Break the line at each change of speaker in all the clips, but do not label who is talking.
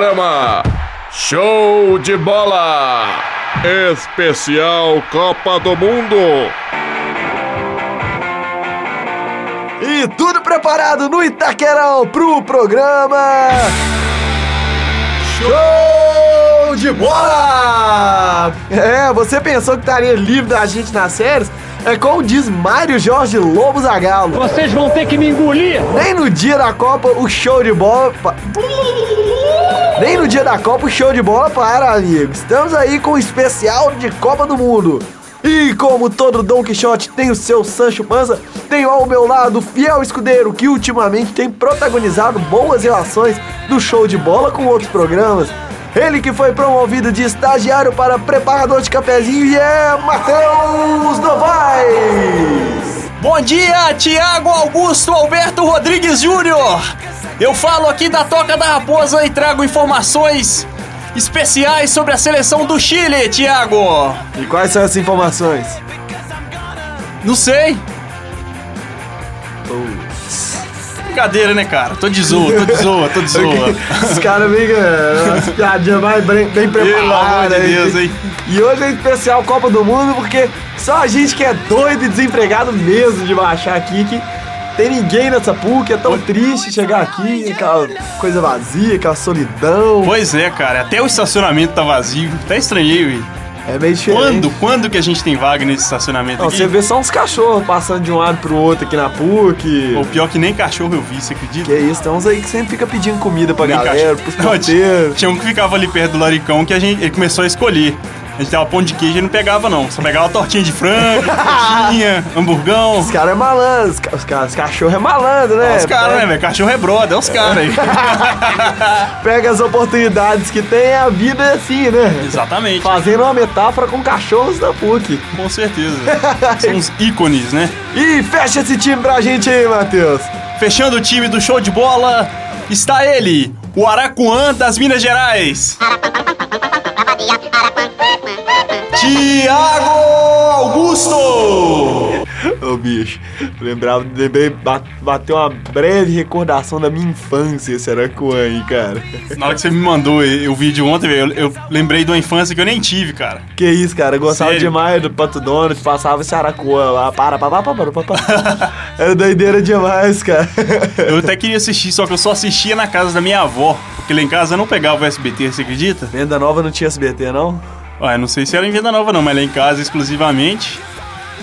Programa Show de Bola Especial Copa do Mundo.
E tudo preparado no Itaquerão pro programa Show de Bola! É, você pensou que estaria livre da gente nas séries? É como diz Mário Jorge Lobo Zagalo.
Vocês vão ter que me engolir!
Nem no dia da Copa o show de bola. pa- Nem no dia da Copa o show de bola para, amigo. Estamos aí com o especial de Copa do Mundo. E como todo Don Quixote tem o seu Sancho Panza, tenho ao meu lado o fiel escudeiro que ultimamente tem protagonizado boas relações do show de bola com outros programas. Ele que foi promovido de estagiário para preparador de cafezinho e é Matheus Novaes!
Bom dia, Tiago Augusto Alberto Rodrigues Júnior. Eu falo aqui da Toca da Raposa e trago informações especiais sobre a seleção do Chile, Tiago.
E quais são as informações?
Não sei. Brincadeira, né, cara? Tô de zoa, tô de zoa, tô de zoa.
Os caras ficam é, umas piadinhas mais bem, bem
Pelo amor
preparadas.
de
hein?
Deus, hein?
E hoje é especial Copa do Mundo, porque só a gente que é doido e desempregado mesmo de baixar aqui que tem ninguém nessa PUC, é tão triste chegar aqui, aquela coisa vazia, aquela solidão.
Pois é, cara, até o estacionamento tá vazio. Até estranhei, velho.
É meio diferente.
Quando, quando que a gente tem vaga nesse estacionamento
Não,
aqui?
você vê só uns cachorros passando de um lado pro outro aqui na PUC.
O pior é que nem cachorro eu vi, você acredita?
Que é isso, tem uns aí que sempre fica pedindo comida pra
Nem
galera,
cachorro.
pros
Não,
porteiros.
Tinha um que ficava ali perto do Laricão que a gente, ele começou a escolher. A gente tava pão de queijo e não pegava, não. Só pegava tortinha de frango, coxinha, hamburgão.
Os caras é malandro, os, ca- os, ca- os cachorros é malandro, né?
É os caras, né, velho? Cachorro é brother, é os caras aí.
Pega as oportunidades que tem, a vida é assim, né?
Exatamente,
Fazendo uma metáfora com cachorros da PUC.
com certeza. São uns ícones, né?
E fecha esse time pra gente aí, Matheus.
Fechando o time do show de bola, está ele, o Aracuã das Minas Gerais. Tiago Augusto!
Ô bicho, lembrava, lembrei, ba- bateu uma breve recordação da minha infância, esse Aracuã aí, cara.
Na hora que você me mandou e- o vídeo ontem, velho, eu, eu lembrei de uma infância que eu nem tive, cara.
Que isso, cara, eu gostava
Sério?
demais do Pato Donald, passava esse Aracuã lá, para, para, para, para, para, para. Era doideira demais, cara.
Eu até queria assistir, só que eu só assistia na casa da minha avó. Porque lá em casa eu não pegava o SBT, você acredita?
Venda Nova não tinha SBT, não?
Ah, eu não sei se era em Venda Nova não, mas lá em casa exclusivamente.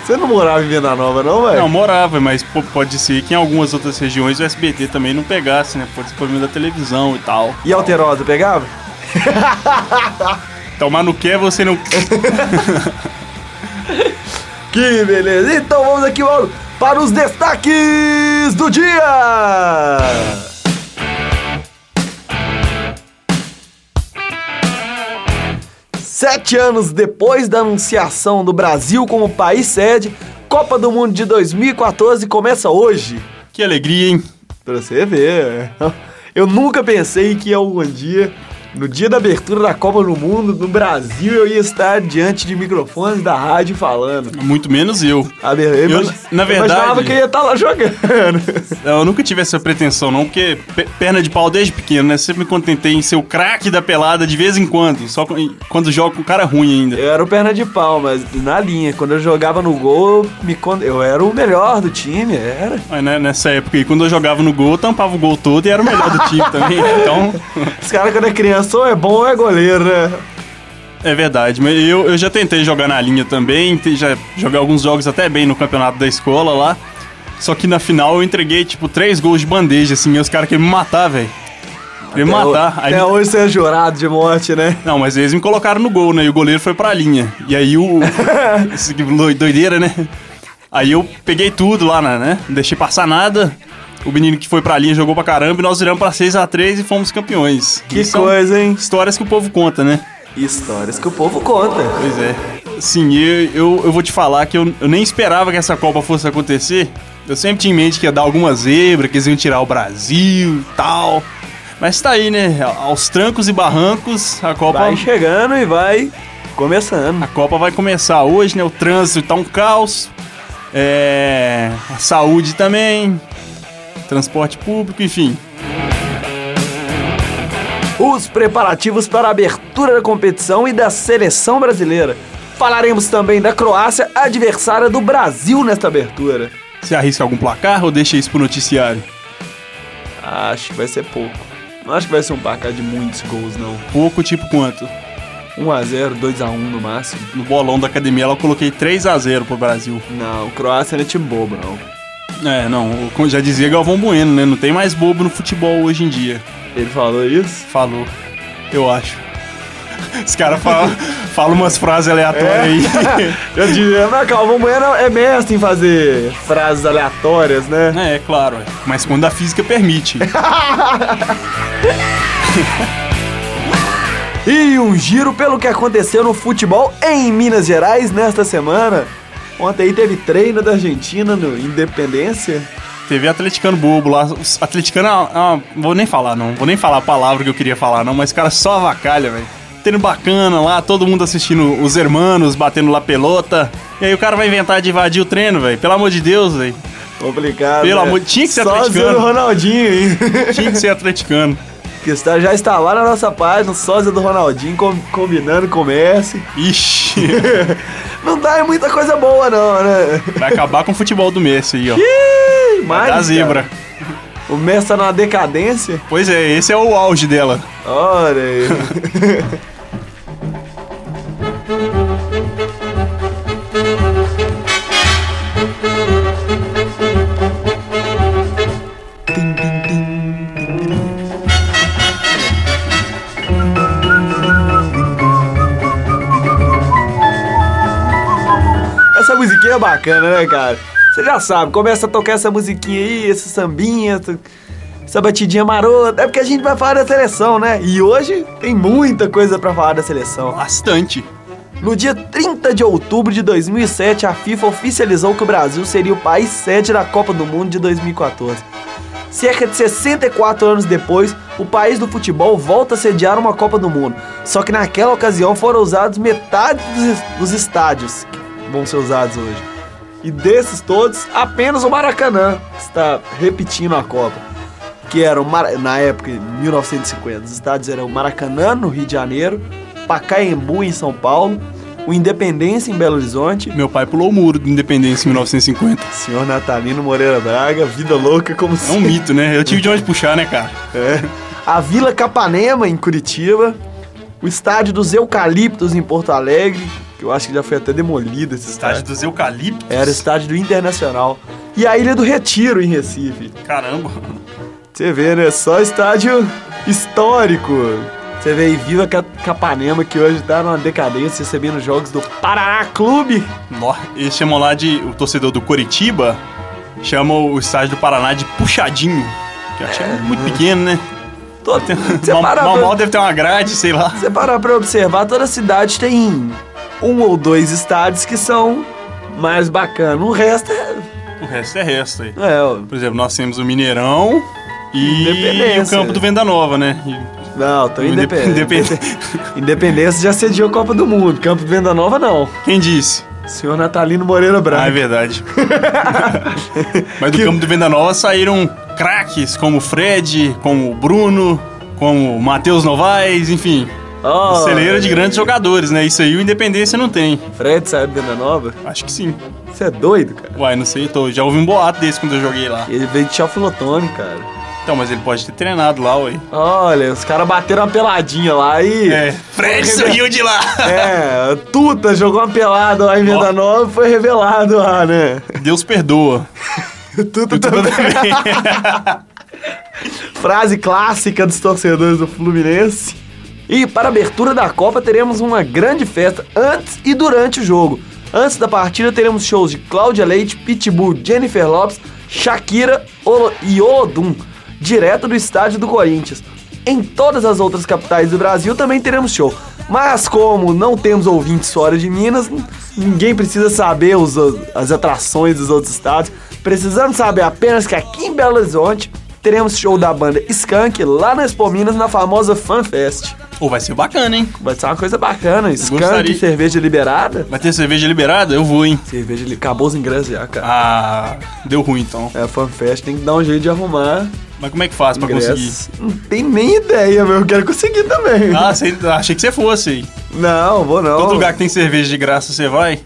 Você não morava em Venda Nova, não, velho?
Não, morava, mas pô, pode ser que em algumas outras regiões o SBT também não pegasse, né? Pode ser problema da televisão e tal.
E Alterosa, pegava?
Tomar no que Então, você não.
Que beleza! Então vamos aqui, Mauro, para os destaques do dia! Sete anos depois da anunciação do Brasil como país sede, Copa do Mundo de 2014 começa hoje.
que alegria, hein?
Pra você ver. né? Eu nunca pensei que algum dia, no dia da abertura da Copa do Mundo, no Brasil, eu ia estar diante de microfones da rádio falando.
Muito menos eu.
Ah, beleza.
Eu,
Imag-
na verdade-
Imaginava que ia estar lá jogando.
Eu nunca tive essa pretensão, não, porque pe- perna de pau desde pequeno, né? Sempre me contentei em ser o craque da pelada de vez em quando, só co- em- quando jogo com cara ruim ainda.
Eu era o perna de pau, mas na linha. Quando eu jogava no gol, eu me con- eu era o melhor do time, era.
Mas né, nessa época aí, quando eu jogava no gol, eu tampava o gol todo e era o melhor do time também. Então,
Os caras, quando é criança, ou é bom ou é goleiro, né?
é verdade. Mas eu, eu já tentei jogar na linha também, te- já joguei alguns jogos até bem no campeonato da escola lá. Só que na final eu entreguei, tipo, três gols de bandeja, assim, e os caras queriam me matar, velho. Queriam me
Até
matar.
ho-
Aí
Até
me-
hoje você é jurado de morte, né?
Não, mas eles me colocaram no gol, né? E o goleiro foi pra linha. E aí o. Isso que loi- doideira, né? Aí eu peguei tudo lá, né, né? Não deixei passar nada. O menino que foi pra linha jogou pra caramba e nós viramos pra 6x3 e fomos campeões.
Que
E são
coisa, hein?
Histórias que o povo conta, né?
Histórias que o povo conta.
Pois é. Sim, eu, eu, eu vou te falar que eu, eu nem esperava que essa Copa fosse acontecer. Eu sempre tinha em mente que ia dar alguma zebra, que eles iam tirar o Brasil e tal. Mas tá aí, né? Aos trancos e barrancos, a Copa
Vai chegando e vai começando.
A Copa vai começar hoje, né? O trânsito tá um caos. É. A saúde também. Transporte público, enfim.
os preparativos para a abertura da competição e da seleção brasileira. Falaremos também da Croácia, adversária do Brasil nesta abertura.
Você arrisca algum placar ou deixa isso pro noticiário?
Acho que vai ser pouco. Não acho que vai ser um placar de muitos gols, não.
Pouco, tipo quanto?
1x0, 2x1 no máximo.
No bolão da academia lá eu coloquei 3 a 0 pro Brasil.
Não, Croácia não é time bobo, não.
É, não, como já dizia Galvão Bueno, né? Não tem mais bobo no futebol hoje em dia.
Ele falou isso?
Falou, eu acho. Os caras falam fala umas frases aleatórias aí.
Eu diria, mas calma, o Bueno é mestre em fazer frases aleatórias, né?
é, é claro, é. mas quando a física permite.
E um giro pelo que aconteceu no futebol em Minas Gerais nesta semana. Ontem aí teve treino da Argentina no Independência.
Teve atleticano bobo lá. Os atleticano, ah, ah, vou nem falar não, vou nem falar a palavra que eu queria falar não, mas cara só avacalha, velho. Tendo bacana lá, todo mundo assistindo os hermanos, batendo lá pelota. E aí o cara vai inventar de invadir o treino, velho. Pelo amor de Deus, velho.
Complicado.
Pelo
né?
amor- tinha que ser
Só
atleticano.
do Ronaldinho, hein?
Tinha que ser atleticano.
que está, já está lá na nossa página, o sósia do Ronaldinho, com- combinando com o Messi.
Ixi,
Não dá é muita coisa boa, não, né?
vai acabar com o futebol do Messi aí, ó.
Ih, mais.
É Da
cara.
zebra.
O Messi tá na decadência.
Pois é, esse é o auge dela.
Olha aí. Essa musiquinha é bacana, né, cara? Você já sabe, começa a tocar essa musiquinha aí, esse sambinha, essa- essa batidinha marota. É porque a gente vai falar da seleção, né? E hoje tem muita coisa pra falar da seleção.
Bastante.
No dia 30 de outubro de 2007, a FIFA oficializou que o Brasil seria o país sede da Copa do Mundo de 2014. Cerca de 64 anos depois, o país do futebol volta a sediar uma Copa do Mundo. Só que naquela ocasião foram usados metade dos, es- dos estádios que vão ser usados hoje. E desses todos, apenas o Maracanã está repetindo a Copa que eram, Mara- na época, em 1950, os estádios eram Maracanã, no Rio de Janeiro, Pacaembu, em São Paulo, o Independência, em Belo Horizonte,
Meu pai pulou o muro do Independência em 1950.
senhor Natalino Moreira Braga, vida louca como
É um
sempre,
mito, né? Eu tive de onde puxar, né, cara?
a Vila Capanema, em Curitiba, o estádio dos Eucaliptos, em Porto Alegre, que eu acho que já foi até demolido esse estádio.
Estádio dos eucaliptos?
Era estádio do Internacional. E a Ilha do Retiro, em Recife.
Caramba.
Você vê, né? Só estádio histórico. Você vê aí Vila Ca- Capanema, que hoje tá numa decadência, recebendo jogos do Paraná Clube.
Nossa, eles chamam lá de. O torcedor do Coritiba chama o estádio do Paraná de Puxadinho. Que eu achei muito pequeno, né?
Todo... Você
Mal,
para
mal,
pra-
mal deve ter uma grade, sei lá.
você parar pra observar, toda cidade tem um ou dois estádios que são mais bacanas. O resto é...
O resto é resto aí.
é ó,
Por exemplo, nós temos o Mineirão e
Independência.
o campo do Venda Nova, né? E-
não, tô
Indep-
independente. Independência já cediu a Copa do Mundo. Campo Venda Nova, não.
Quem disse?
Senhor Natalino Moreira
Ah, é
Braga.
verdade. Mas do campo do Venda Nova saíram craques como o Fred, como o Bruno, como o Matheus Novaes, enfim.
Ó,
Celeira é de grandes jogadores, né? Isso aí o Independência não tem.
Fred saiu do Venda Nova?
Acho que sim.
Você é doido, cara.
Uai, não sei, tô, já ouvi um boato desse quando eu joguei lá.
Ele veio de Chalfilotone, cara.
Então, mas ele pode ter treinado lá, ué.
Olha, os caras bateram uma peladinha lá e.
É, Fred surgiu de lá!
É, a Tuta jogou uma pelada lá em Venda
Ó.
Nova e foi revelado lá, né?
Deus perdoa.
Tuta também. Frase clássica dos torcedores do Fluminense. E para a abertura da Copa teremos uma grande festa antes e durante o jogo. Antes da partida teremos shows de Cláudia Leite, Pitbull, Jennifer Lopes, Shakira Olo- e Olodum, direto do estádio do Corinthians. Em todas as outras capitais do Brasil também teremos show. Mas como não temos ouvintes fora de Minas, ninguém precisa saber os- as atrações dos outros estados. Precisamos saber apenas que aqui em Belo Horizonte teremos show da banda Skank lá na Expo Minas, na famosa FanFest.
Ou vai ser bacana, hein?
Vai ser uma coisa bacana. Skank,
gostaria.
cerveja liberada.
Vai ter cerveja liberada? Eu vou, hein?
Cerveja li... Acabou os ingressos já, cara.
Ah, deu ruim então.
É, FanFest tem que dar um jeito de arrumar
Mas como é que faz pra conseguir?
Ingresso. Não tem nem ideia, meu. Eu quero conseguir também.
Ah, cê- achei que você fosse.
Não, vou não.
Todo lugar que tem cerveja de graça você vai.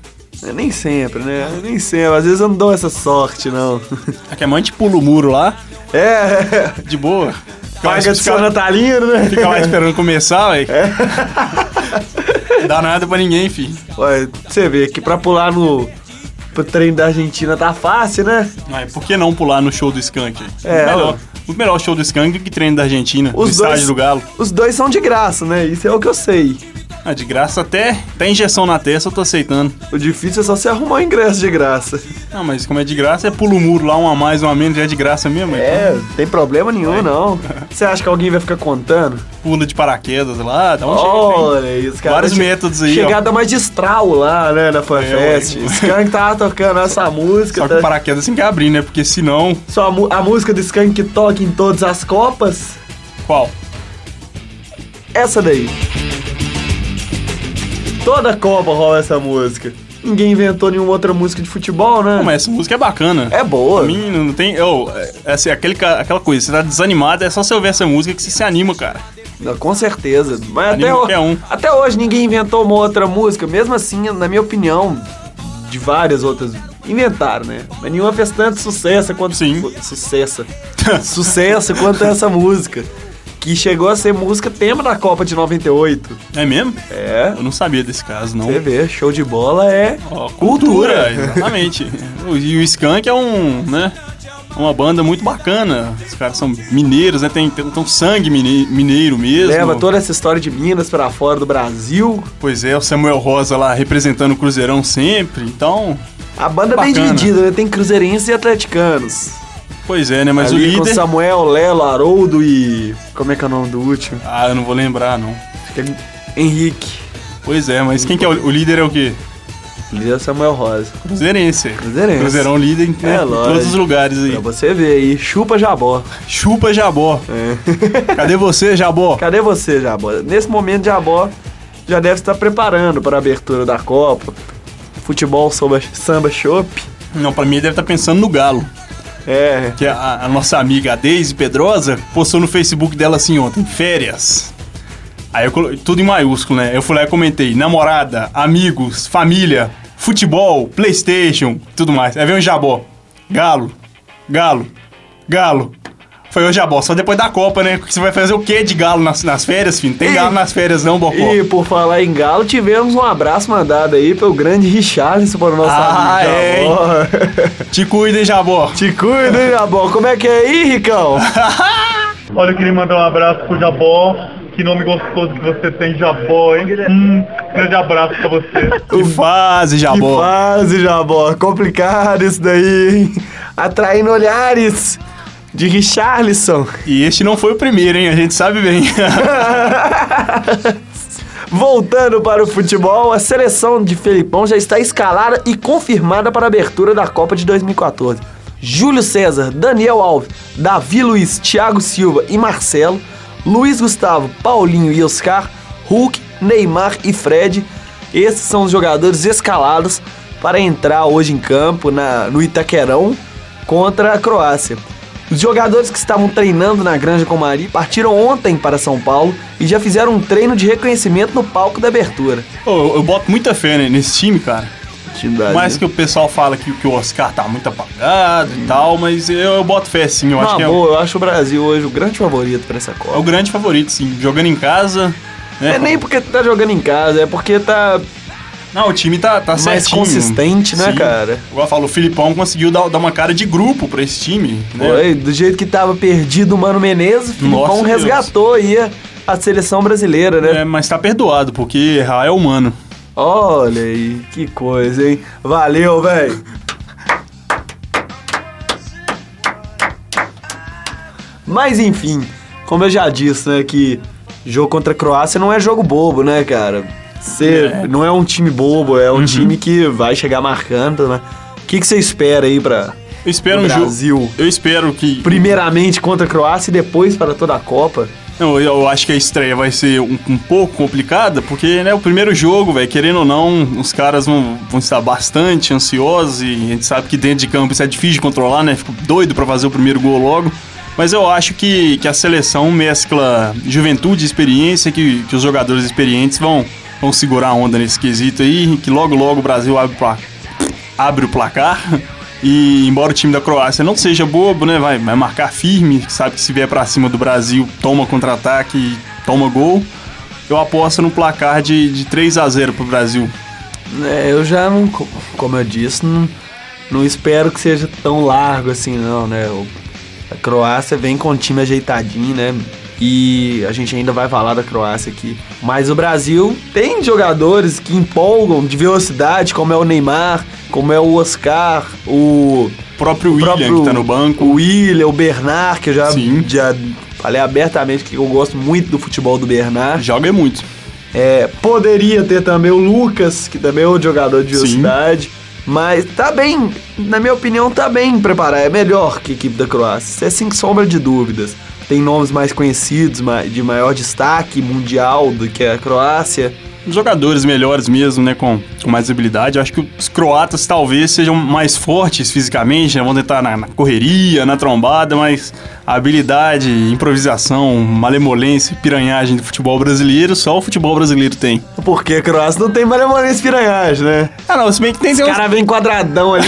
Nem sempre, né? Nem sempre. Às vezes eu não dou essa sorte, não.
A que a mãe te pula é o muro lá,
É,
de boa. Fica lá-
paga de seu
fica,
natalino, né?
fica lá esperando começar,
É.
ué. Dá nada pra ninguém, filho.
Ué, você vê que pra pular no pro trem da Argentina tá fácil, né?
Mas por que não pular no show do Skank?
É,
melhor.
ó.
Muito melhor o show do Skank que treino da Argentina, o
Os
estádio
dois-
do Galo.
Os dois são de graça, né? Isso é o que eu sei.
Ah, de graça até, até injeção na testa eu tô aceitando.
O difícil é só você arrumar o ingresso de graça.
Não, mas como é de graça, é pula o muro lá, um a mais, um a menos, já é de graça mesmo. então.
É, não tem problema nenhum, não. Você acha que alguém vai ficar contando?
Então Pula de paraquedas lá, dá um jeito. hein?
Olha isso, cara.
Vários
Che-
métodos aí,
Chegada mais de estral lá, né, na FanFest.
É, ué.
Skank tava tocando essa música.
Só que o
tá-
paraquedas tem que abrir, né? Porque senão.
Só a, mu- a música do Skank que toca em todas as copas.
Qual?
Essa daí. Toda Copa rola essa música. Ninguém inventou nenhuma outra música de futebol, né?
Não, mas essa música é bacana.
É boa.
Pra mim, não tem. Oh, é, assim, aquele, ca- aquela coisa, você tá desanimado, é só você ouvir essa música que você se anima, cara.
Não, Com certeza. Mas
Anima
até, ho-
qualquer um.
até hoje ninguém inventou uma outra música. Mesmo assim, na minha opinião, de várias outras. Inventaram, né? Mas nenhuma fez tanto sucesso quanto.
Sim.
su- Sucesso. sucesso quanto essa música. Que chegou a ser música tema da Copa de 98.
É mesmo?
É.
Eu não sabia desse caso, não.
Você vê, show de bola é
Ó, É
cultura.
exatamente. O- e o Skank é um, né? Uma banda muito bacana. Os caras são mineiros, né? Tem, tem, tem um sangue mine- mineiro mesmo.
Leva toda essa história de Minas pra fora do Brasil.
Pois é, o Samuel Rosa lá representando o Cruzeirão sempre. Então,
A banda é bem
Bacana.
dividida, né? Tem cruzeirenses e atleticanos.
pois é, né? Mas
Ali
o
com
líder.
Samuel, Lelo, Haroldo e... Como é que é o nome do último?
Ah, eu não vou lembrar, não.
É Henrique.
Pois é, mas quem que é o, o líder é o quê?
Líder é Samuel Rosa.
Cruzeirense.
Cruzeirense.
Cruzeirão líder em, né,
É,
em
lógico.
todos os lugares aí.
Pra você ver aí, chupa Jabó.
Chupa Jabó.
É.
Cadê você, Jabó?
Cadê você, Jabó? Nesse momento, Jabó já deve estar preparando para a abertura da Copa. Futebol samba, samba chopp.
Não, pra mim ele deve estar pensando no Galo.
É,
Que a, a nossa amiga Daisy Pedrosa postou no Facebook dela assim ontem, férias. Aí eu colo... tudo em maiúsculo, né? Eu fui lá e comentei, namorada, amigos, família, futebol, Playstation, tudo mais. Aí veio o Jabó. Galo, galo, galo. Foi o Jabó, só depois da Copa, né? Porque Você vai fazer o quê de galo nas, nas férias, filho? Não tem
Ih.
galo nas férias não, Bocó.
E por falar em galo, tivemos um abraço mandado aí pelo grande Richarlison para o nosso
Ah,
amigo
é,
Jabó.
Te cuida, hein, Jabó.
Te cuida, hein, Jabó? Como é que é aí, Ricão?
Olha, eu queria mandar um abraço pro Jabó. Que nome gostoso que você tem, Jabó, hein? Hum, grande abraço pra você.
Que fase,
Que
Jabó.
fase, Jabó. Complicado isso daí, hein? Atraindo olhares de Richarlison.
E este não foi o primeiro, hein? A gente sabe bem.
Voltando para o futebol, a seleção de Felipão já está escalada e confirmada para a abertura da Copa de 2014. Júlio César, Daniel Alves, Davi Luiz, Thiago Silva e Marcelo, Luiz Gustavo, Paulinho e Oscar, Hulk, Neymar e Fred. Esses são os jogadores escalados para entrar hoje em campo na- no Itaquerão contra a Croácia. Os jogadores que estavam treinando na Granja Comari partiram ontem para São Paulo e já fizeram um treino de reconhecimento no palco da abertura.
Ô, eu, eu boto muita fé né, nesse time, cara.
Tá
Por mais que o pessoal fala que, que o Oscar tá muito apagado e tal, mas eu, eu boto fé sim. Eu acho
Na
que é,
boa, eu acho o Brasil hoje o grande favorito para essa
é o
Copa.
grande favorito, sim. Jogando em casa. Né?
É nem porque tá jogando em casa, é porque tá.
Não, o time tá, tá
Mais
certinho.
consistente, né, cara?
Igual eu falo, o Filipão conseguiu dar, dar uma cara de grupo pra esse time, né?
Oi, é, do jeito que tava perdido o Mano Menezes, o Filipão
Nossa,
resgatou aí a, a seleção brasileira, né?
É, mas tá perdoado, porque errar é humano.
Olha aí, que coisa, hein? Valeu, velho. Mas enfim, como eu já disse, né, que jogo contra a Croácia não é jogo bobo, né, cara? Você
É.
não é um time bobo, é um time que vai chegar marcando, né? O que que você espera aí pra
Eu espero
O
um jogo.
Brasil.
Eu espero que.
primeiramente contra a Croácia e depois para toda a Copa?
Não, eu, eu acho que a estreia vai ser um, um pouco complicada, porque né, o primeiro jogo, velho, querendo ou não, os caras vão, vão estar bastante ansiosos e a gente sabe que dentro de campo isso é difícil de controlar, né? Fico doido pra fazer o primeiro gol logo. Mas eu acho que, que a seleção mescla juventude e experiência, que, que os jogadores experientes vão, vão segurar a onda nesse quesito aí, que logo logo o Brasil abre, o pla- abre o placar. E embora o time da Croácia não seja bobo, né? Vai, vai marcar firme, sabe que se vier pra cima do Brasil, toma contra-ataque e toma gol. Eu aposto no placar de, de 3 a 0 pro Brasil.
É, eu já não, co- como eu disse, não, não espero que seja tão largo assim, não, né? O- a Croácia vem com o time ajeitadinho, né? E a gente ainda vai falar da Croácia aqui. Mas o Brasil tem jogadores que empolgam de velocidade, como é o Neymar, como é o Oscar, o
O próprio
o
William,
próprio
que tá no banco.
O William, o Bernard, que eu já,
Sim.
já falei abertamente que eu gosto muito do futebol do Bernard.
Joga é muito.
É, poderia ter também o Lucas, que também é um jogador de
Sim.
velocidade. Mas tá bem, na minha opinião, tá bem preparado. É melhor que a equipe da Croácia. Isso é sem sombra de dúvidas. Tem nomes mais conhecidos, ma- de maior destaque mundial do que a Croácia.
Os jogadores melhores mesmo, né? Com, com mais habilidade. Eu acho que os croatas talvez sejam mais fortes fisicamente, né? Vão tentar na, na correria, na trombada, mas a habilidade, improvisação, malemolência, e piranhagem do futebol brasileiro, só o futebol brasileiro tem.
Porque a Croácia não tem malemolência piranhagem, né?
Ah, não, se bem que tem
O
uns-
cara vem quadradão ali.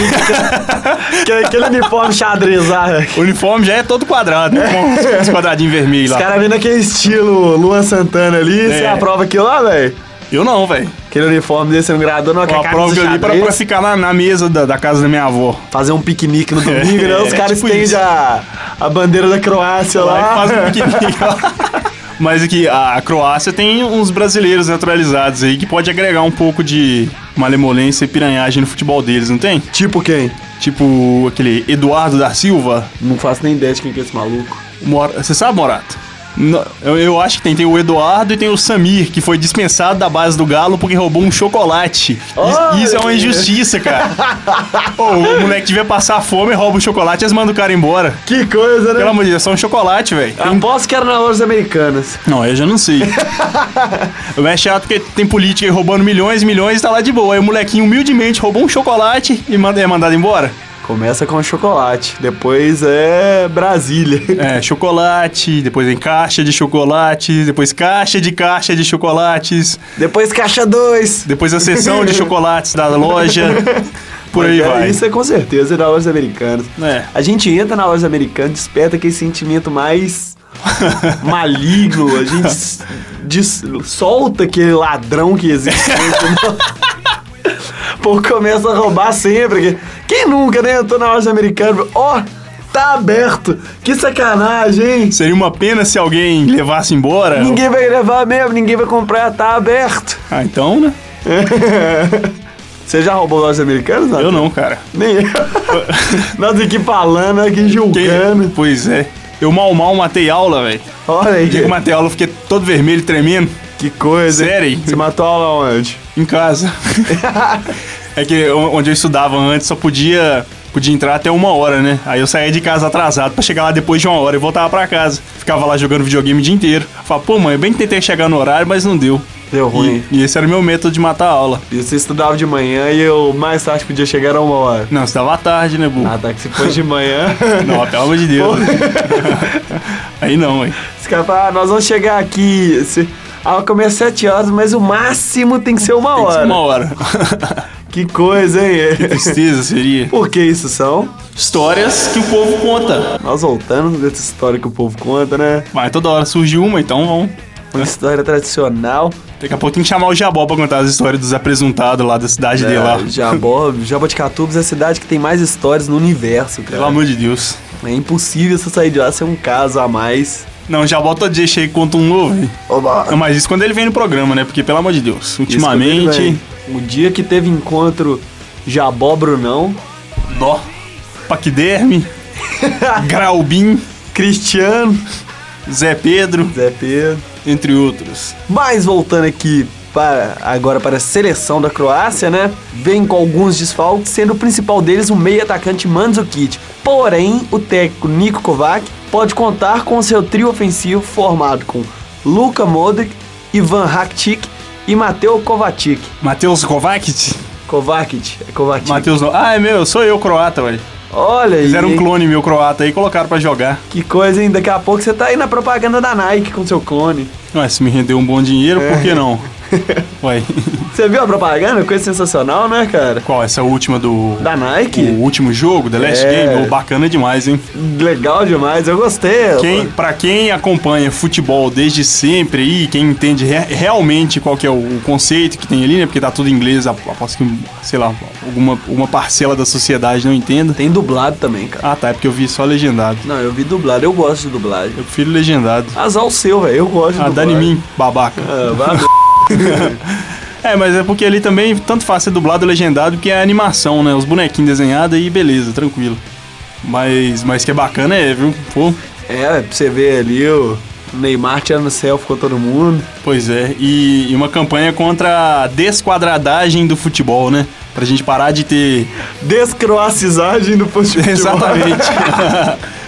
que- aquele uniforme xadrez lá.
O uniforme já é todo quadrado, né? Com os quadradinhos vermelhos
Os
lá.
caras vêm naquele estilo Luan Santana ali, você
É.
aprova aquilo lá, velho.
Eu não, velho.
Aquele uniforme desse não gradou, não,
Eu
aquela
aprovo
camisa
aquilo ali pra,
xadrez,
pra ficar lá na mesa da, da casa da minha avó.
fazer um piquenique no domingo, né?
É,
Os caras
tipo
estendem
isso.
a, a bandeira da Croácia
Vai
lá.
e faz um piquenique lá. Mas aqui, a Croácia tem uns brasileiros naturalizados aí que pode agregar um pouco de malemolência e piranhagem no futebol deles, não tem?
Tipo quem?
Tipo aquele Eduardo da Silva.
Não faço nem ideia de quem que é esse maluco.
Mor- Você sabe, Morato? No- Eu, eu acho que tem. Tem o Eduardo e tem o Samir, que foi dispensado da base do Galo porque roubou um chocolate. Is-
Olha!
Isso é uma injustiça, cara. Ô, o moleque devia passar fome, rouba o chocolate e eles mandam o cara embora.
Que coisa,
Pelo
né?
amor de Deus, é só um chocolate, velho.
Aposto que era nas lojas americanas.
Não, eu já não sei. eu é chato porque tem política aí roubando milhões e milhões e tá lá de boa. Aí o molequinho humildemente roubou um chocolate e manda, é mandado embora.
Começa com chocolate, depois é Brasília.
É, chocolate, depois vem caixa de chocolates, depois caixa de caixa de chocolates,
Depois Caixa 2.
depois a seção de chocolates da loja. Por aí
É,
vai.
Isso é com certeza nas lojas americanas.
É.
A gente entra na loja americana, desperta aquele sentimento mais maligno, a gente s- des- solta aquele ladrão que existe. dentro do- O povo começa a roubar sempre. Quem nunca, né? Eu tô na loja americana, ó, tá aberto. Que sacanagem, hein?
Seria uma pena se alguém levasse embora.
Ninguém vai levar mesmo, ninguém vai comprar, tá aberto.
Ah, então, né?
Você já roubou lojas americanas? Nath?
Eu não, cara.
Nem eu. Nós aqui falando, aqui
Quem-
julgando.
Pois é. Eu mal mal matei aula, velho.
Olha aí,
O dia que eu matei aula, eu fiquei todo vermelho, tremendo.
que coisa. hein?
Sério?
Você matou aula onde?
Em casa. é que o- onde eu estudava antes só podia, podia entrar até uma hora, né? Aí eu saía de casa atrasado pra chegar lá depois de uma hora e voltava pra casa. Ficava lá jogando videogame o dia inteiro. Falava, pô, mãe, eu bem que tentei chegar no horário, mas não deu.
Deu ruim.
E, e esse era o meu método de matar a aula.
E você estudava de manhã e eu mais tarde podia chegar a uma hora.
Não, estudava à tarde, né, Bu?
Ah, tá, que se fosse de manhã,
Não, pelo amor de Deus. Aí não, hein?
os caras falam, ah, nós vamos chegar aqui. Se... Ah, começa às 7 horas, mas o máximo tem que ser uma
Tem que ser
hora.
é uma hora.
Que coisa, hein?
Tristeza seria.
Por que isso são?
Histórias que o povo conta.
Nós voltamos dessa história que o povo conta, né?
Mas toda hora surge uma, então vamos.
Uma história tradicional.
Daqui a pouco tem que chamar o Jabó pra contar as histórias dos apresentados lá da cidade dele lá.
É, Jabó, Jaboticatubas é a cidade que tem mais histórias no universo,
Pelo
cara.
amor de Deus.
É impossível você sair de lá ser um caso a mais.
Não, Jabó todo dia chega e conta um novo. hein?
Oba!
Não, mas isso quando ele vem no programa, né? Porque, pelo amor de Deus,
Isso que eu
ultimamente.
digo, velho. O dia que teve encontro Jabó Brunão,
Nó. Paquiderme. Graubim.
Cristiano,
Zé Pedro,
Zé Pedro.
entre outros.
Mas voltando aqui para agora para a seleção da Croácia, né? Vem com alguns desfalques, sendo o principal deles o meio atacante Mandzukic. Porém, o técnico Niko Kovac pode contar com seu trio ofensivo formado com Luka Modric, Ivan Rakitic e Mateo Kovacic.
Matheus Kovacic.
Kovacic, é Kovacic.
Matheus não. Ah, é meu, sou eu, croata, velho.
Olha aí.
Fizeram um
hein?
clone meu croata aí e colocaram pra jogar.
Que coisa, hein? Daqui a pouco você tá aí na propaganda da Nike com seu clone.
Ué, se me rendeu um bom dinheiro,
É.
por que não? Ué,
Você viu a propaganda? Coisa sensacional, né, cara?
qual? Essa última do.
Da Nike?
O último jogo, The Last
É.
Game, ô, bacana demais, hein?
Legal demais, eu gostei.
Quem, pra quem acompanha futebol desde sempre e quem entende re- realmente qual que é o, o conceito que tem ali, né? Porque tá tudo em inglês, ap- aposto que, sei lá, alguma uma parcela da sociedade não entenda.
Tem dublado também, cara.
Ah, tá, é porque eu vi só legendado.
Não, eu vi dublado, eu gosto de dublagem.
Eu prefiro legendado.
Azar o seu, velho, eu gosto de
Ah, dane
dublagem.
mim, babaca.
Ah, vai-
É, mas é porque ali também tanto faz ser dublado ou legendado que é a animação, né? Os bonequinhos desenhados e beleza, tranquilo. Mas, mas que é bacana é, viu? Pô,
é, pra você ver ali o Neymar tirando selfie com todo mundo.
pois é. E, e uma campanha contra a desquadradagem do futebol, né? Pra gente parar de ter.
Descroacizagem do futebol.
Exatamente.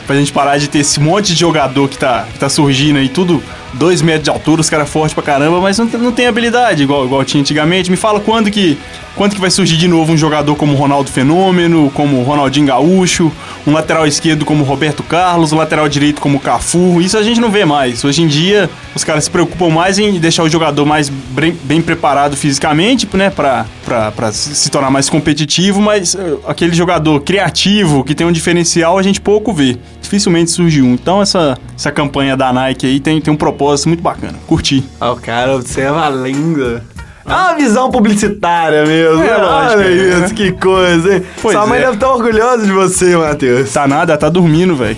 pra gente parar de ter esse monte de jogador que tá, que tá surgindo aí, tudo dois metros de altura, os caras fortes pra caramba, mas não, tem- não tem habilidade igual, igual tinha antigamente. Me fala quando que, quando que vai surgir de novo um jogador como o Ronaldo Fenômeno, como o Ronaldinho Gaúcho, um lateral esquerdo como o Roberto Carlos, um lateral direito como o Cafu. Isso a gente não vê mais. Hoje em dia, os caras se preocupam mais em deixar o jogador mais bem, bem preparado fisicamente, né, pra, pra, pra se se tornar mais competitivo, mas eh, aquele jogador criativo, que tem um diferencial, a gente pouco vê. Dificilmente surge um. Então essa, essa campanha da Nike aí tem, tem um propósito muito bacana. Curti.
Ah, o cara observa a lenda. É uma visão publicitária mesmo.
É,
né?
lógico,
Olha
é.
isso, que coisa, hein?
Pois
Sua mãe
é.
deve estar orgulhosa de você, Matheus.
Tá nada, tá dormindo, velho.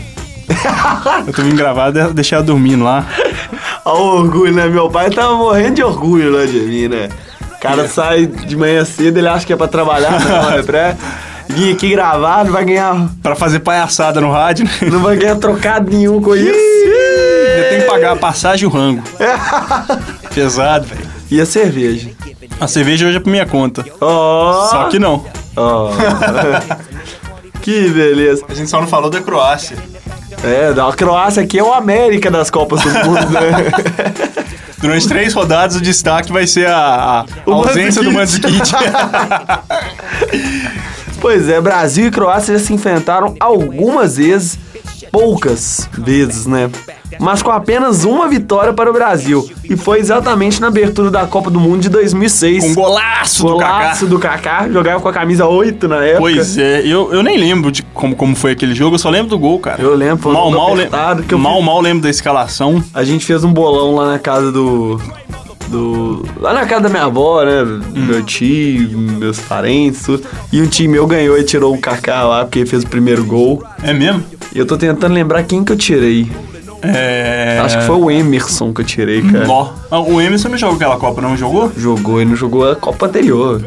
Eu tô vindo gravar, de- deixei ela dormindo lá.
Olha o orgulho, né? Meu pai tava morrendo de orgulho lá de mim, né? O
É.
cara sai de manhã cedo, ele acha que é pra trabalhar, não, é pra vir aqui gravar, não vai ganhar,
Pra fazer palhaçada no rádio, né?
não vai ganhar trocado nenhum com isso.
Ainda tem que pagar a passagem e o rango. Pesado, velho.
E a cerveja.
A cerveja hoje é por minha conta.
Ó,
Só que não.
ó. que beleza.
A gente só não falou da Croácia.
É, a Croácia aqui é o América das Copas do Mundo, né?
Durante três rodadas, o destaque vai ser a, a
O
ausência do Manzikit.
Pois é, Brasil e Croácia já se enfrentaram algumas vezes, poucas vezes, né? Mas com apenas uma vitória para o Brasil. E foi exatamente na abertura da Copa do Mundo de 2006.
um golaço,
Golaço
do Kaká.
do Kaká, jogava com a camisa 8 na época.
Pois é, eu, eu nem lembro de como, como foi aquele jogo, eu só lembro do gol, cara.
Eu lembro, foi um
mal,
jogo
mal,
apertado que eu
mal,
fiz.
mal lembro da escalação.
A gente fez um bolão lá na casa do. do. lá na casa da minha avó, né?
Hum.
Meu tio, meus parentes, tudo. E um time meu ganhou e tirou o Kaká lá porque ele fez o primeiro gol.
É mesmo?
E eu tô tentando lembrar quem que eu tirei.
É.
Acho que foi o Emerson que eu tirei, cara.
Ó, ah, o Emerson não jogou aquela Copa, não jogou?
Jogou, ele não jogou a Copa anterior.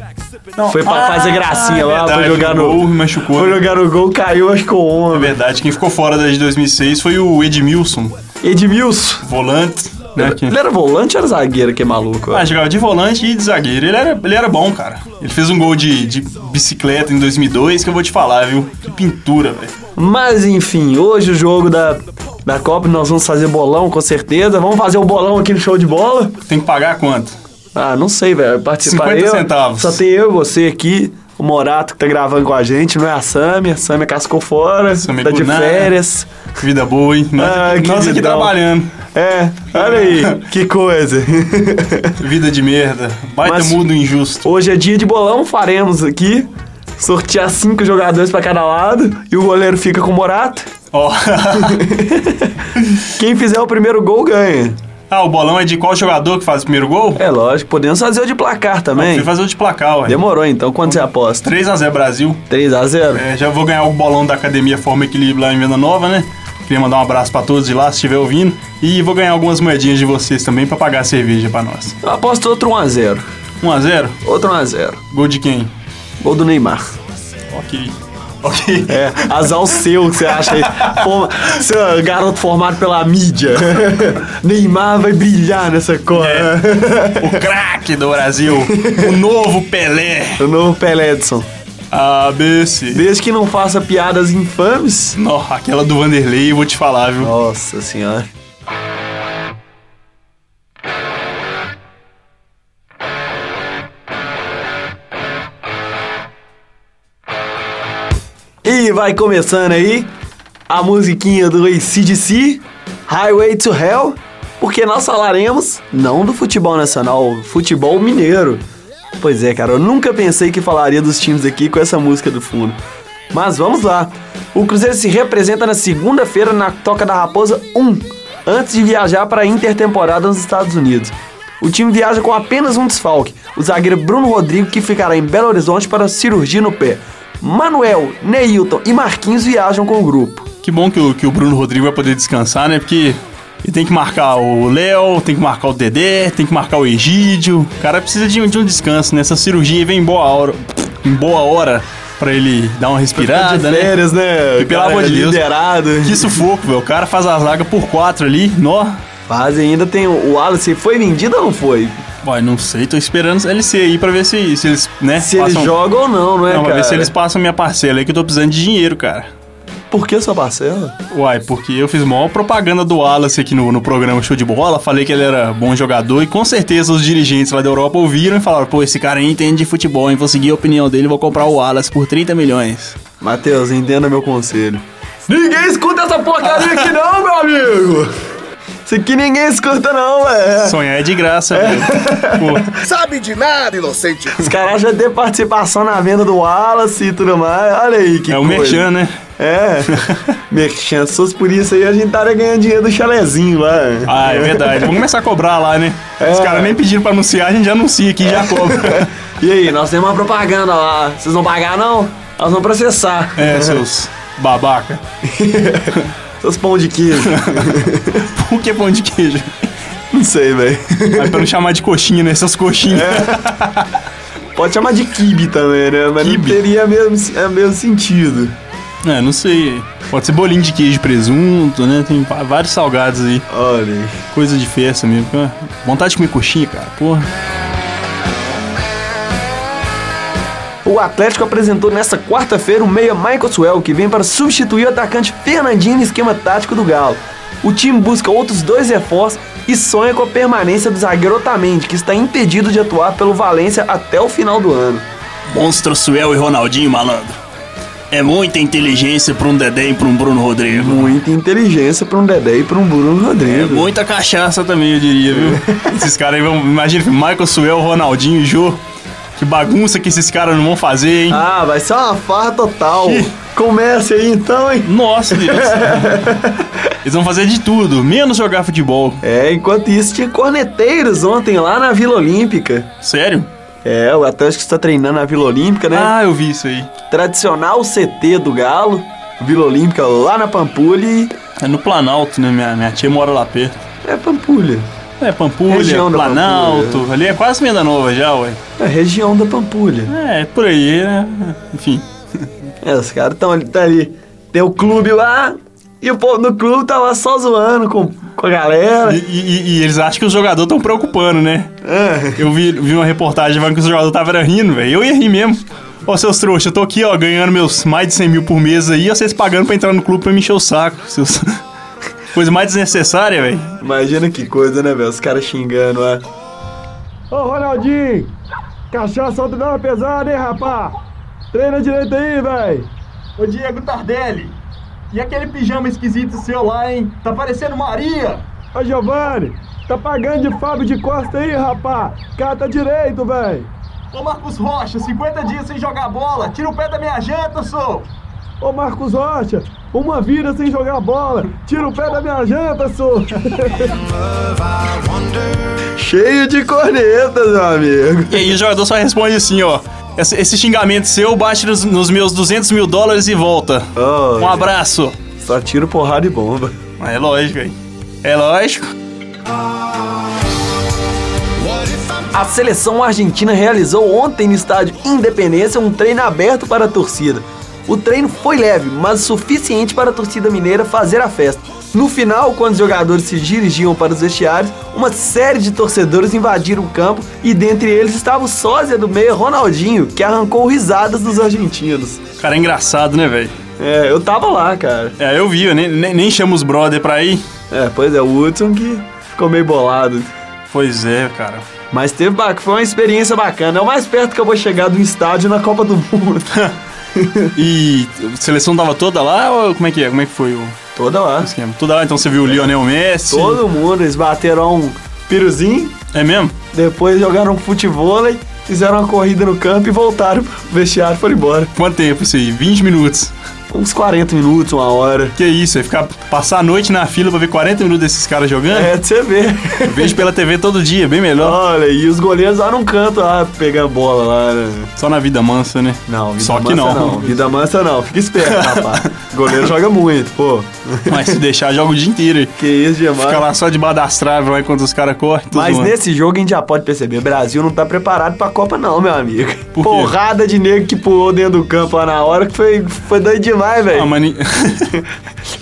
Não.
Foi pra
Ah,
fazer gracinha lá,
verdade,
foi jogar no.
gol, machucou.
Foi jogar no gol, caiu, acho que o
Na
homem.
verdade, quem ficou fora da de 2006 foi o Edmilson,
Edmilson.
volante. Né, que...
Ele era volante ou era zagueiro que é maluco? ó?
Ah, jogava de volante e de zagueiro. Ele era, ele era bom, cara. Ele fez um gol de, de bicicleta em 2002 que eu vou te falar, viu? Que pintura, velho.
Mas enfim, hoje o jogo da, da Copa, nós vamos fazer bolão com certeza. Vamos fazer o bolão aqui no show de bola?
Tem que pagar quanto?
Ah, não sei, velho. Participar
50
eu.
centavos.
Só tem eu e você aqui. O Morato que tá gravando com a gente, não é a Sami. A Sami cascou fora,
Sami
tá de
Gunar.
férias.
Que vida boa, hein? Nós,
Ah,
aqui- nós aqui
queridão.
trabalhando.
É, olha aí, que coisa.
Vida de merda. Baita
Mas-
mundo injusto.
Hoje é dia de bolão, faremos aqui. Sortear cinco jogadores pra cada lado e o goleiro fica com o Morato.
Ó.
Quem fizer o primeiro gol ganha.
ah, o bolão é de qual jogador que faz o primeiro gol?
É lógico, podemos fazer o de placar também.
Fui fazer o de placar, ué.
Demorou então, quanto você aposta?
3x0 Brasil.
3 a 0
É, já vou ganhar o bolão da Academia Forma Equilíbrio lá em Venda Nova, né? Queria mandar um abraço pra todos de lá, se estiver ouvindo. E vou ganhar algumas moedinhas de vocês também pra pagar a cerveja pra nós.
Eu aposto outro 1x0.
1x0?
Outro 1x0.
Gol de quem?
Gol do Neymar.
Ok. Ok.
É, azar o seu que você acha aí. Forma, seu um garoto formado pela mídia. Neymar vai brilhar nessa cor.
É. O craque do Brasil. o novo Pelé.
O novo Pelé Edson.
ABC.
Desde que não faça piadas infames.
Nó, aquela do Vanderlei, eu vou te falar, viu?
Nossa senhora. E vai começando aí a musiquinha do ACDC, Highway to Hell, porque nós falaremos não do futebol nacional, futebol mineiro. Pois é, cara, eu nunca pensei que falaria dos times aqui com essa música do fundo. Mas vamos lá. O Cruzeiro se representa na segunda-feira na Toca da Raposa 1, antes de viajar para a intertemporada nos Estados Unidos. O time viaja com apenas um desfalque, o zagueiro Bruno Rodrigo, que ficará em Belo Horizonte para cirurgia no pé. Manuel, Neilton e Marquinhos viajam com o grupo.
Que bom que o, que o Bruno Rodrigo vai poder descansar, né? Porque ele tem que marcar o Léo, tem que marcar o Dedé, tem que marcar o Egídio. O cara precisa de, um- de um descanso, né? Essa cirurgia vem em boa hora, em boa hora pra ele dar uma respirada, né?
tá né?
E, pelo
Cara,
amor de Deus.
Liderado.
Que sufoco, velho. O cara faz a zaga por quatro ali, nó.
Mas ainda tem o o Alisson. Foi vendido ou não foi?
Vai, não sei, tô esperando esse LC aí pra ver se, se eles, né?
Se ele joga ou não, É, não é,
Não, pra
cara?
ver se eles passam minha parcela aí que eu tô precisando de dinheiro, cara.
Por que sua parcela?
Uai, porque eu fiz maior propaganda do Wallace aqui no, no programa Show de Bola, falei que ele era bom jogador e com certeza os dirigentes lá da Europa ouviram e falaram, pô, esse cara aí entende de futebol, hein? Vou seguir a opinião dele, vou comprar o Wallace por 30 milhões.
Matheus, entenda meu conselho. Ninguém escuta essa porcaria aqui não, meu amigo! Isso aqui ninguém escuta não, velho.
Sonhar é de graça, velho. Pô,
Sabe de nada, inocente.
Os caras já têm participação na venda do Wallace e tudo mais. Olha aí que
é o
coisa.
Merchan, né?
É. merchan, se fosse por isso aí, a gente estaria ganhando dinheiro do chalezinho lá.
Ah, é verdade. Vamos começar a cobrar lá, né?
É.
Os caras nem pediram pra anunciar, a gente já anuncia aqui, já cobra.
E aí, nós temos uma propaganda lá. Vocês vão pagar não? Nós vamos processar.
É, seus babaca.
Seus pão de queijo.
Por que pão de queijo?
Não sei, velho.
Aí pra não chamar de coxinha, né? Essas coxinhas.
É. Pode chamar de kibe também, né? Mas
Quibe?
não teria mesmo, é mesmo sentido.
É, não sei. Pode ser bolinho de queijo e presunto, né? Tem va- vários salgados aí.
Olha aí.
Coisa de festa mesmo. Ah, Vontade de comer coxinha, cara. Porra.
O Atlético apresentou nesta quarta-feira o meia Michael Swell, que vem para substituir o atacante Fernandinho no esquema tático do Galo. O time busca outros dois reforços e sonha com a permanência do zagueiro Otamendi, que está impedido de atuar pelo Valência até o final do ano.
Monstro Suel e Ronaldinho, malandro. É muita inteligência pra um Dedé e pra um Bruno Rodrigo.
Muita inteligência para um Dedé e para um Bruno
É
Rodrigues.
muita cachaça também, eu diria, viu? esses caras aí vão. Imagina, Michael Suel, Ronaldinho e Jô. Que bagunça que esses caras não vão fazer, hein?
Ah, vai ser uma farra total.
Ih.
Comece aí então, hein?
Nossa, Deus. Eles vão fazer de tudo, menos jogar futebol.
É, enquanto isso tinha corneteiros ontem lá na Vila Olímpica.
Sério?
É, o Atlético está treinando na Vila Olímpica, né?
Ah, eu vi isso aí.
tradicional CT do Galo, Vila Olímpica lá na Pampulha e...
É no Planalto, né? Minha, minha tia mora lá perto.
É Pampulha,
É Pampulha,
Região da
Planalto,
Pampulha.
ali é quase Venda Nova já, ué.
é a região da Pampulha.
É, é por aí, né? Enfim.
É, os caras estão ali, tá ali, tem o clube lá e o povo no clube tá lá só zoando com, com a
E,
galera.
e- e eles acham que os jogadores estão preocupando, né?
É.
Eu vi, vi uma reportagem falando que os jogadores estavam rindo, velho. Eu ia rir mesmo. Ó, seus trouxas, eu tô aqui, ó, ganhando meus mais de 100 mil por mês aí, ó, vocês pagando pra entrar no clube pra me encher o saco. Seus... Coisa mais desnecessária, velho.
Imagina que coisa, né, velho? Os caras xingando lá. Ô, Ronaldinho! Cachaça ontem não é pesada, hein, rapá? Treina direito aí, velho!
Ô Diego Tardelli, e aquele pijama esquisito seu lá, hein? Tá parecendo Maria!
Ô, Giovanni! Tá pagando de Fábio de Costa aí, rapá? Cata direito, velho!
Ô Marcos Rocha, 50 dias sem jogar bola, tira o pé da minha janta, sou!
Ô Marcos Rocha, uma vida sem jogar bola. Tira o pé da minha janta, sou. Cheio de cornetas, meu amigo.
E aí o jogador só responde assim, ó. Esse, esse xingamento seu bate nos, nos meus 200 mil dólares e volta.
Oh,
Um abraço.
Só tiro porrada e bomba.
Mas É lógico, velho. É lógico.
A seleção argentina realizou ontem no estádio Independência um treino aberto para a torcida. O treino foi leve, mas suficiente para a torcida mineira fazer a festa. No final, quando os jogadores se dirigiam para os vestiários, uma série de torcedores invadiram o campo e dentre eles estava o sósia do meio Ronaldinho, que arrancou risadas dos argentinos.
Cara, é engraçado, né, velho?
É, eu tava lá, cara.
É, eu vi, eu nem, nem, nem chamo os brother pra ir.
É, pois é, o Hudson que ficou meio bolado.
Pois é, cara.
um Mas teve, ba- foi uma experiência bacana. É o mais perto que eu vou chegar do estádio na Copa do Mundo.
E a seleção tava toda lá ou como é que é? Como é que foi o
Toda lá.
esquema? Toda lá, então você viu o Lionel Messi.
Todo mundo, eles bateram um piruzinho,
É mesmo?
depois jogaram um futevôlei, fizeram uma corrida no campo e voltaram pro vestiário e foram embora.
Quanto tempo isso aí? 20 minutos.
Uns 40 minutos, uma hora.
Que isso, aí ficar passar a noite na fila pra ver 40 minutos desses caras jogando?
É, pra você ver.
Vejo pela TV todo dia, bem melhor.
Olha, e os goleiros lá num canto, lá, pegando bola lá, né?
Só na vida mansa, né?
Não, vida
Só
mansa
que não.
Vida mansa não, fica esperto, rapaz. Goleiro joga muito, pô.
Mas se deixar, joga o dia inteiro. aí.
Que isso, demais.
Fica lá só debaixo das traves lá enquanto os caras correm. tudo
Mas
zoando.
nesse jogo a gente já pode perceber, o Brasil não tá preparado pra Copa não, meu amigo.
Por quê?
Porrada de nego que pulou dentro do campo lá na hora, que foi, foi doido demais, velho.
Ah, mas ni-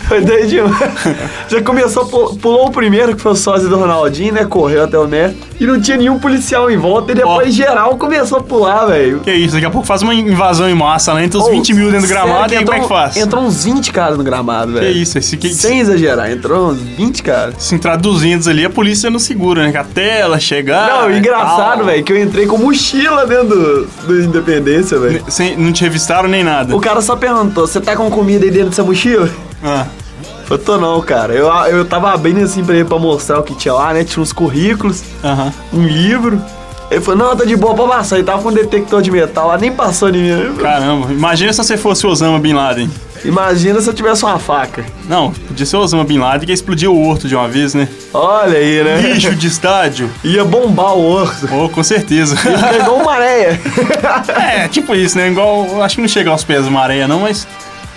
Foi doido demais. Já começou, pu- pulou o primeiro, que foi o sócio do Ronaldinho, né, correu até o Neto, e não tinha nenhum policial em volta, e depois
Ó.
geral começou a pular, velho.
Que é isso, daqui a pouco faz uma invasão em massa lá, entra os
Ô,
20 mil dentro do
sério
gramado e aí como é
entrou-
que
um-
faz?
Entrou uns 20 caras no gramado,
Que
velho.
isso, esse que.
Sem exagerar, entrou uns 20 caras.
Se entrar 200 Assim, ali, a polícia não segura, né? Que a tela chegar.
Não,
e
engraçado,
tal.
velho, que eu entrei com mochila dentro do, do Independência, velho.
Sem- Não te revistaram nem nada.
O cara só perguntou, você tá com comida aí dentro dessa mochila?
Ah,
Eu tô não, cara. Eu, eu tava abrindo assim pra ele pra mostrar o que tinha lá, né? Tinha uns currículos,
aham.
um livro. Ele falou, não, tá de boa, pode passar. Ele tava com um detector de metal lá, nem passou em mim. Eu falei,
Caramba, imagina se você fosse o Osama Bin Laden.
Imagina se eu tivesse uma faca.
Não, podia ser o Osama Bin Laden que explodiu o horto de uma vez, né?
Olha aí, né?
Lixo de estádio.
Ia bombar o urso.
Oh, com certeza.
Pegou uma areia.
é, tipo isso, né? Igual, acho que não chega aos pés de uma areia, não, mas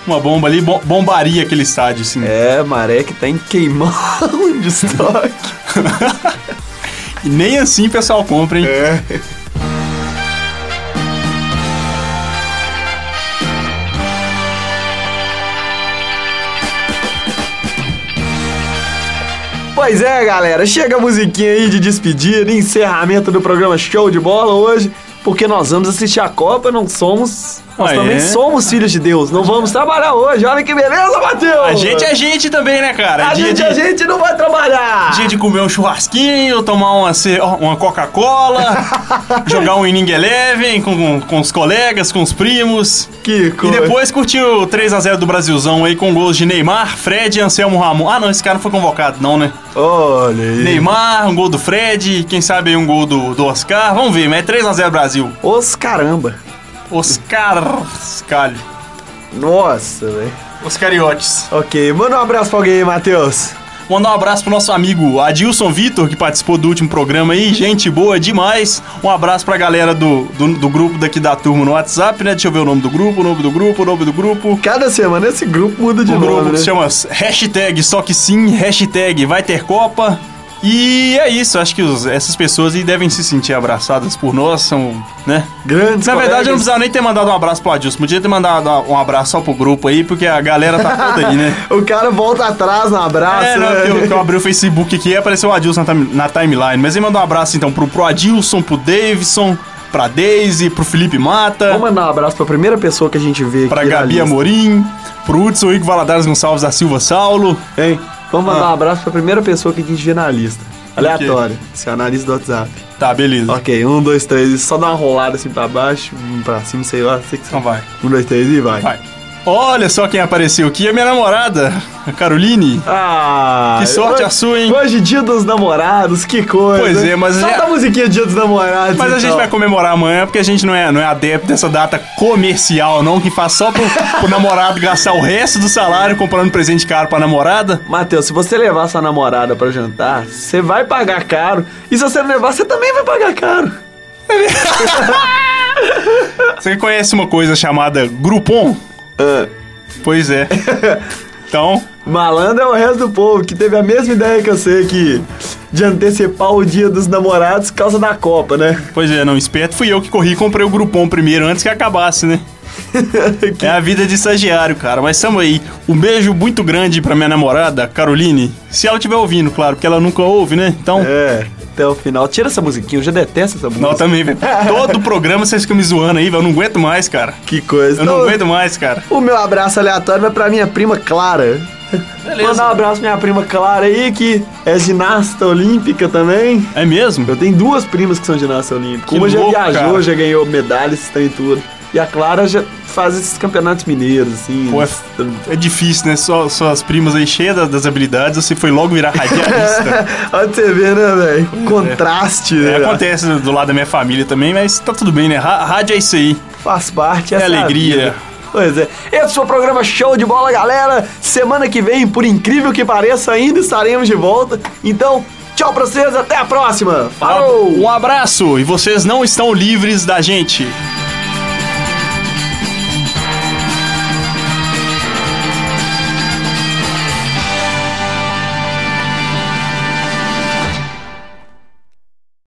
uma bomba ali bom- bombaria aquele estádio, assim.
É, maré que tá em queimão de estoque.
E nem assim o pessoal compra, hein?
Pois é, galera, chega a musiquinha aí de despedida, encerramento do programa Show de Bola hoje, porque nós vamos assistir a Copa, não somos. Nós
Ah,
também
é?
somos filhos de Deus, não vamos trabalhar hoje, olha que beleza, Matheus!
A gente é gente também, né, cara?
A
Dia
gente, é
de-
a gente não vai trabalhar!
Dia de comer um churrasquinho, tomar uma, ce- ó, uma Coca-Cola, jogar um inning Eleven com, com, com os colegas, com os primos.
Que coisa.
E depois curtiu o 3x0 do Brasilzão aí com gols de Neymar, Fred e Anselmo Ramon. Ah, não, esse cara não foi convocado, não, né?
Olha aí.
Neymar, um gol do Fred, quem sabe aí um gol do, do Oscar. Vamos ver, mas é 3x0 Brasil.
Os caramba.
Oscar. Calho.
Nossa, velho.
Os cariotes.
Ok, manda um abraço pra alguém aí, Matheus.
Mandar um abraço pro nosso amigo Adilson Vitor, que participou do último programa aí. Gente boa demais. Um abraço pra galera do, do, do grupo daqui da turma no WhatsApp, né? Deixa eu ver o nome do grupo, o nome do grupo, o nome do grupo.
Cada semana esse grupo muda de
O
novo,
grupo
né?
que se chama hashtag só que sim, hashtag vai ter Copa. E é isso, acho que os- essas pessoas aí devem se sentir abraçadas por nós, são, né?
Grandes
Na verdade, eu não
colegas.
precisava nem ter mandado um abraço pro Adilson, podia ter mandado um abraço só pro grupo aí, porque a galera tá toda aí, né?
O cara volta atrás no abraço,
É, não,
né?
que eu, que eu abri o Facebook aqui e apareceu o Adilson na, time- na timeline. Mas ele mandou um abraço então pro, pro Adilson, pro Davidson, pra Daisy, pro Felipe Mata,
Vamos mandar um abraço pra primeira pessoa que é, a gente vê
pra
aqui na
Gabi
lista.
Amorim, pro Hudson Igor Valadares Gonçalves da Silva Saulo.
Hein? Vamos mandar
Ah.
um abraço pra primeira pessoa que a gente vê na lista. Aleatório. Seu analista do WhatsApp.
Tá, beleza.
Ok, um, dois, três, e só dá uma rolada assim pra baixo, um pra cima, sei lá, sei que
Então vai,
Um, dois, três e vai.
vai. Olha só quem apareceu aqui, a minha namorada, a Caroline.
Ah!
Que sorte
hoje-
a sua, hein?
Hoje, dia dos namorados, que coisa.
Pois é, mas
Solta
já-
a musiquinha dia dos namorados.
Mas a gente
então.
vai comemorar amanhã, porque a gente não é, não é adepto dessa data comercial, não, que faz só pro, pro namorado gastar o resto do salário comprando presente caro pra namorada.
Matheus, se você levar sua namorada pra jantar, você vai pagar caro. E se você não levar, você também vai pagar caro.
Você conhece uma coisa chamada Groupon? Pois é. Então,
Malandro é o resto do povo que teve a mesma ideia que eu sei que de antecipar o dia dos namorados por causa da Copa, né?
pois é, não, esperto fui eu que corri e comprei o Groupon primeiro, antes que acabasse, né? É a vida de estagiário, cara. Mas tamo aí. Um beijo muito grande pra minha namorada, Caroline. Se ela estiver ouvindo, claro, porque ela nunca ouve, né? Então,
É, até o final. Tira essa musiquinha, eu já detesto essa música.
não, também, velho. Todo programa vocês ficam me zoando aí, velho. Eu não aguento mais, cara.
Que coisa.
Eu não
Então,
aguento mais, cara.
O meu abraço aleatório vai pra minha prima Clara. Mandar um abraço pra minha prima Clara aí, que é ginasta olímpica também.
É mesmo?
Eu tenho duas primas que são ginasta olímpica.
Que
Uma já
louco,
viajou,
cara.
já ganhou medalhas, tem tudo. E a Clara já faz esses campeonatos mineiros, assim.
Pô, é-
eles-
É difícil, né? Só, suas primas aí cheias das, das habilidades, você foi logo virar radialista.
Olha a TV, né, velho? Contraste,
É,
né?
acontece do lado da minha família também, mas tá tudo bem, né? Ra- Rádio é isso aí.
Faz parte,
É
essa a
alegria.
vida. Pois é. Esse foi o programa Show de Bola, galera. Semana que vem, por incrível que pareça, ainda estaremos de volta. Então, tchau pra vocês, até a próxima. Falou!
Um abraço e vocês não estão livres da gente.